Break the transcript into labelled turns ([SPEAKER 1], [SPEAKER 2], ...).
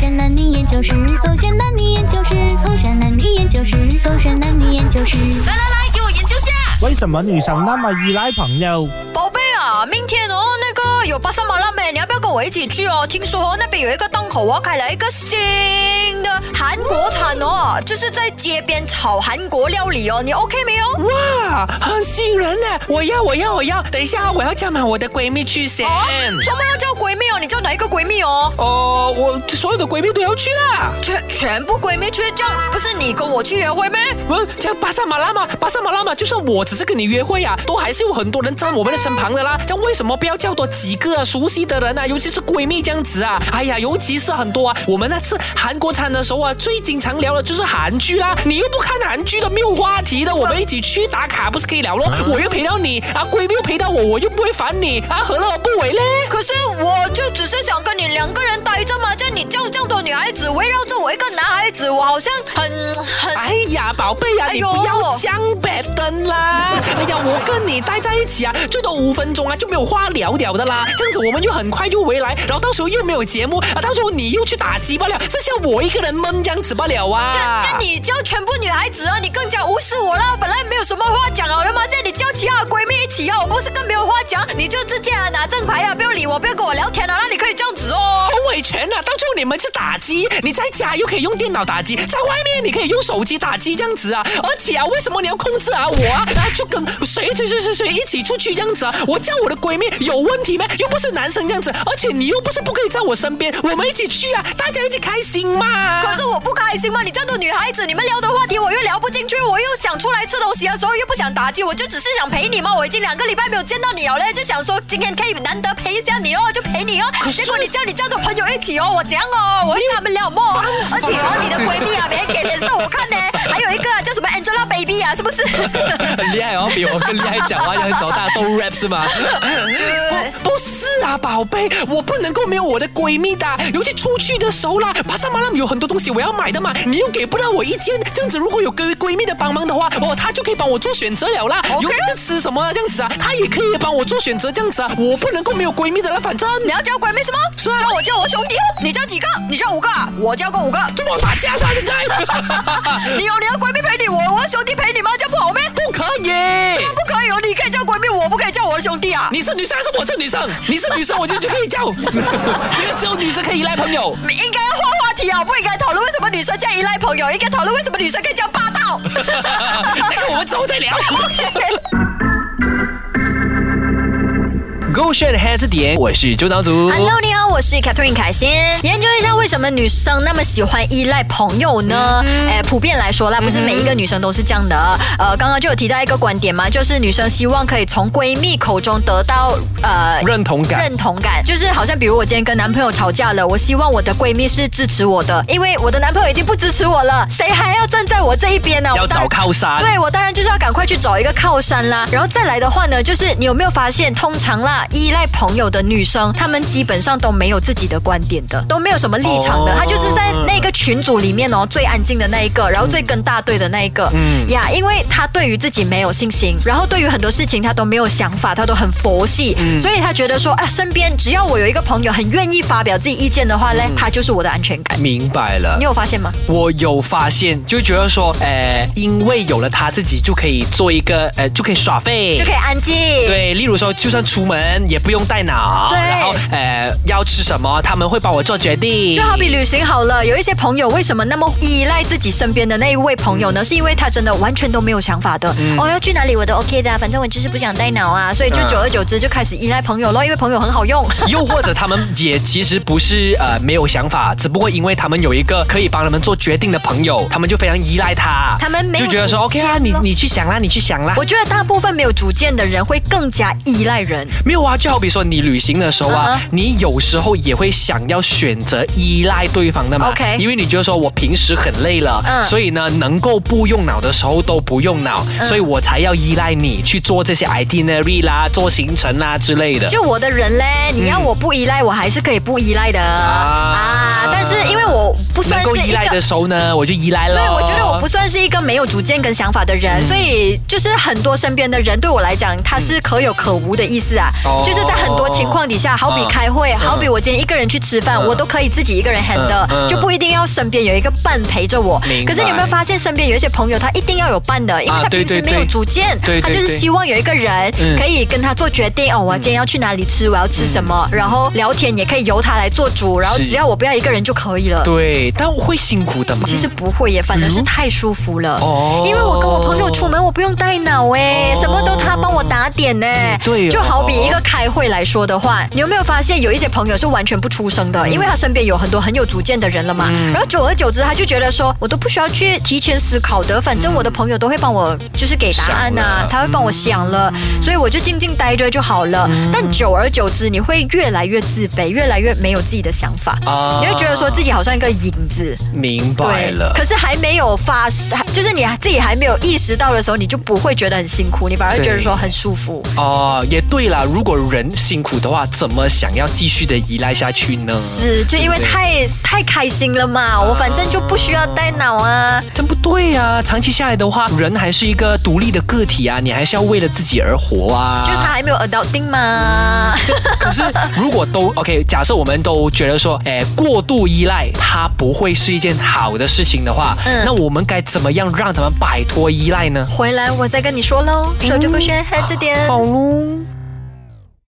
[SPEAKER 1] 山男女研究室，风扇男女研究室，风扇男女研究室，风扇男女研究室。
[SPEAKER 2] 来来来，给我研究下。
[SPEAKER 3] 为什么女生那么依赖朋友？
[SPEAKER 2] 宝贝啊，明天哦，那个有巴沙马拉美，你要啊不要跟我一起去哦？听说哦，那边有一个档口哦，开了一个新的韩国餐哦，就是在街边炒韩国料理哦，你 OK 没有？
[SPEAKER 4] 哇，很吸引人呢！我要，我要，我要！等一下，我要叫满我的闺蜜去先。
[SPEAKER 2] 哦，专门要叫闺蜜哦，你叫哪一个闺蜜哦？
[SPEAKER 4] 哦，我所有的闺蜜都要去啦。
[SPEAKER 2] 全全部闺蜜去叫，不是你跟我去约会咩？
[SPEAKER 4] 我叫嗯巴萨马拉嘛，巴萨马拉嘛，就算我只是跟你约会啊，都还是有很多人站我们的身旁的啦。这样为什么不要叫多几个啊熟悉的人啊，尤其是闺蜜这样子啊？哎呀，尤其是很多啊，我们那次韩国餐的时候啊，最经常聊的就是韩剧啦。你又不看韩剧的，没有话题的，我们一起去打卡不是可以聊咯？我又陪到你啊，闺蜜又陪到我，我又不会烦你啊，何乐而不为嘞？
[SPEAKER 2] 可是我就只是想跟你两个人待着嘛，叫你叫这么多女孩子围绕着我一个男孩子，我好像很很
[SPEAKER 4] 哎呀，宝贝呀、
[SPEAKER 2] 哎
[SPEAKER 4] 你
[SPEAKER 2] 呦
[SPEAKER 4] 不要江北灯 啦！哎呀，我跟你待在一起啊，最多五分钟啊就没有话聊聊的啦。这样子我们就很快就回来，然后到时候又没有节目啊，到时候你又去打击罢了，剩下我一个人闷这样子罢了啊。
[SPEAKER 2] 那你叫全部女孩子啊，你更加无视我了。本来没有什么话讲好了嘛，现在你叫其他的闺蜜一起啊，我不是更没有话讲，你就直接啊拿正牌啊，不要理我，不要跟我聊天啊，那你可以这样子哦
[SPEAKER 4] 洪。伟全啊，到最后你们去打击，你在家又可以用电脑打击，在外面你可以用手机打击这样子啊。而且啊，为什么你要控制啊我啊？啊，就跟谁谁谁谁谁一起出去这样子啊？我叫我的闺蜜有问题吗？又不是男生这样子，而且你又不是不可以在我身边，我们一起去啊，大家一起开心嘛。
[SPEAKER 2] 可是我不开心嘛，你这样的女孩子，你们聊的话题我又聊不进去，我又想出来吃东西的时候又不想打击，我就只是想陪你嘛。我已经两个礼拜没有见到你了嘞，就想说今天可以难得陪一下你哦，就陪你哦。结果你叫你这样的朋友一起哦，我怎样哦？我跟他们聊么？而且哦，你的闺蜜啊，没人给脸色我看呢。还有一个、啊、叫什么 Angelababy 啊，是不是？
[SPEAKER 5] 很厉害哦，比我更厉害，讲话要很少大家都 rap 是吗？
[SPEAKER 2] 就
[SPEAKER 4] 不是啊，宝贝，我不能够没有我的闺蜜的，尤其出去的时候啦，巴萨马拉姆有很多东西我要买的嘛，你又给不到我意见，这样子如果有闺闺蜜的帮忙的话，哦，她就可以帮我做选择了啦。
[SPEAKER 2] 哦
[SPEAKER 4] 尤其是吃什么啊这样子啊，她也可以帮我做选择这样子啊，我不能够没有闺蜜的啦，反正
[SPEAKER 2] 你要叫闺蜜是吗？是啊。叫我叫我兄弟哦，你叫几个？你叫五个啊？我叫过五个。
[SPEAKER 4] 这么打架噻，现在
[SPEAKER 2] 你有你的闺蜜陪你，我有我的兄弟陪你吗？这样不好咩？
[SPEAKER 4] 不可以。
[SPEAKER 2] 不可以哦，你可以叫闺蜜，我不可以叫我的兄弟啊。
[SPEAKER 4] 你是女生还是我是女生？你是女生我就就可以叫， 因为只有女生可以依赖朋友。
[SPEAKER 2] 你应该要换话题啊，不应该讨论为什么女生这样依赖朋友，应该讨论为什么女生可以这样霸道。
[SPEAKER 4] 那个我们之后再聊。
[SPEAKER 5] Go Share Hair 字典，我是周岛祖。
[SPEAKER 2] Hello，你好，我是 Catherine 凯欣。研究一下为什么女生那么喜欢依赖朋友呢？哎、普遍来说啦，不是每一个女生都是这样的。呃，刚刚就有提到一个观点嘛，就是女生希望可以从闺蜜口中得到呃
[SPEAKER 5] 认同感
[SPEAKER 2] 认同感，就是好像比如我今天跟男朋友吵架了，我希望我的闺蜜是支持我的，因为我的男朋友已经不支持我了，谁还要站在我这一边呢？
[SPEAKER 5] 要
[SPEAKER 2] 我当
[SPEAKER 5] 找靠山，
[SPEAKER 2] 对我当然就是要赶快去找一个靠山啦，然后再来的话呢，就是你有没有发现，通常啦，依赖朋友的女生，她们基本上都没有自己的观点的，都没有什么立场的，
[SPEAKER 5] 哦
[SPEAKER 2] 她就是在那个群组里面哦，最安静的那一个，然后最跟大队的那一个，嗯呀，因为她对于自己没有信心，然后对于很多事情她都没有想法，她都很佛系，所以她觉得说啊，身边只要我有一个朋友很愿意发表自己意见的话嘞，她就是我的安全感。
[SPEAKER 5] 明白了
[SPEAKER 2] 你。有发现吗？
[SPEAKER 5] 我有发现，就觉得说，呃，因为有了他自己，就可以做一个，呃，就可以耍废，
[SPEAKER 2] 就可以安静。
[SPEAKER 5] 对，例如说，就算出门也不用带脑，
[SPEAKER 2] 对
[SPEAKER 5] 然后呃，要吃什么，他们会帮我做决定。
[SPEAKER 2] 就好比旅行好了，有一些朋友为什么那么依赖自己身边的那一位朋
[SPEAKER 4] 嗯
[SPEAKER 2] 友呢？是因为他真的完全都没有想法的。哦，要去哪里我都 OK 的啊、反正我就是不想带脑啊，所以就久而久之就开始依赖朋友咯，因为朋友很好用。
[SPEAKER 5] 又或者他们也其实不是呃没有想法，只不过因为他们有一个可以帮他们做决定的朋友，他们就非常依赖他。
[SPEAKER 2] 他们没有
[SPEAKER 5] 就觉得说
[SPEAKER 2] 主见
[SPEAKER 5] OK 啊，你
[SPEAKER 2] 咯
[SPEAKER 5] 你去想啦，你去想啦。
[SPEAKER 2] 我觉得大部分没有主见的人会更加依赖 人。
[SPEAKER 5] 没有啊，就好比说你旅行的时候啊
[SPEAKER 2] 嗯哼
[SPEAKER 5] 你有时候也会想要选择依赖对方的嘛。
[SPEAKER 2] OK
[SPEAKER 5] 因为你就说我平时很累了
[SPEAKER 2] 嗯
[SPEAKER 5] 所以呢，能够不用脑的时候都不用脑所以我才要依赖你去做这些 itinerary 啦、做行程啦之类的。
[SPEAKER 2] 就我的人嘞，你要我不依赖，我还是可以不依赖的啊
[SPEAKER 4] 嗯啊
[SPEAKER 2] 但是因为我不算
[SPEAKER 4] 能够
[SPEAKER 2] 是一
[SPEAKER 4] 依
[SPEAKER 2] 个
[SPEAKER 4] 赖的时候呢，我就依赖了。嗯
[SPEAKER 2] 对，我觉得我不算是一个没有主见跟想法的人，所以就是很多身边的人对我来讲，他是可有可无的意思啊。
[SPEAKER 4] 哦
[SPEAKER 2] 就是在很多情况底下，好比开会，好比我今天一个人去吃饭，我都可以自己一个人 handle，、
[SPEAKER 4] 嗯
[SPEAKER 2] 就不一定要身边有一个伴陪着我
[SPEAKER 4] 明。白
[SPEAKER 2] 可是你有没有发现，身边有一些朋友，他一定要有伴的，因为
[SPEAKER 4] 啊
[SPEAKER 2] 他
[SPEAKER 4] 对
[SPEAKER 2] 平时
[SPEAKER 4] 对
[SPEAKER 2] 没有
[SPEAKER 4] 对
[SPEAKER 2] 主见，
[SPEAKER 4] 对对
[SPEAKER 2] 他就是
[SPEAKER 4] 对
[SPEAKER 2] 希望有一个人
[SPEAKER 4] 嗯
[SPEAKER 2] 可以跟他做决定。哦，我今天要去哪里吃，我要吃什么，然后聊天也可以由他来做主，然后
[SPEAKER 4] 嗯是
[SPEAKER 2] 只要我不要一个人就可以了。
[SPEAKER 4] 对，但我会辛苦的嘛。
[SPEAKER 2] 其实不会耶，反而是太舒服了。
[SPEAKER 4] 嗯哦
[SPEAKER 2] 因为我跟我朋友出门，我不用带脑哎，什么都他帮我打点呢。
[SPEAKER 4] 对哦
[SPEAKER 2] 就好比一个开会来说的话，你有没有发现有一些朋友是完全不出声
[SPEAKER 4] 嗯
[SPEAKER 2] 的？因为他身边有很多很有主见的人了嘛。然后久而久之，他就觉得说，我都不需要去提前思考的，反正我的朋友都会帮我，就是给答案呐、
[SPEAKER 4] 想了嗯
[SPEAKER 2] 他会帮我想了，所以我就静静待着就好了。但久而久之，你会越来越自卑，越来越没有自己的想法，
[SPEAKER 4] 啊
[SPEAKER 2] 你会觉得说自己好像一个影子。
[SPEAKER 4] 明白
[SPEAKER 2] 对
[SPEAKER 4] 了
[SPEAKER 2] 可。是还没有发生，还就是你自己还没有意识到的时候，你就不会觉得很辛苦，你反而
[SPEAKER 4] 对
[SPEAKER 2] 觉得说很舒服。
[SPEAKER 4] 哦，也对啦。如果人辛苦的话，怎么想要继续的依赖下去呢？
[SPEAKER 2] 是，就因为
[SPEAKER 4] 对啊
[SPEAKER 2] 太太开心了嘛，我反正就不需要带脑啊。
[SPEAKER 4] 真不对啊！长期下来的话，人还是一个独立的个体啊，你还是要为了自己而活啊。
[SPEAKER 2] 就他还没有 adulting 嘛，
[SPEAKER 4] 可是如果都 OK，假设我们都觉得说，哎，过度依赖它不会是一件好的事情的话，
[SPEAKER 2] 嗯
[SPEAKER 4] 那我们该怎么样让他们摆脱依赖呢？
[SPEAKER 2] 回来我再跟你说喽。手这个轩，还这点。
[SPEAKER 4] 喽。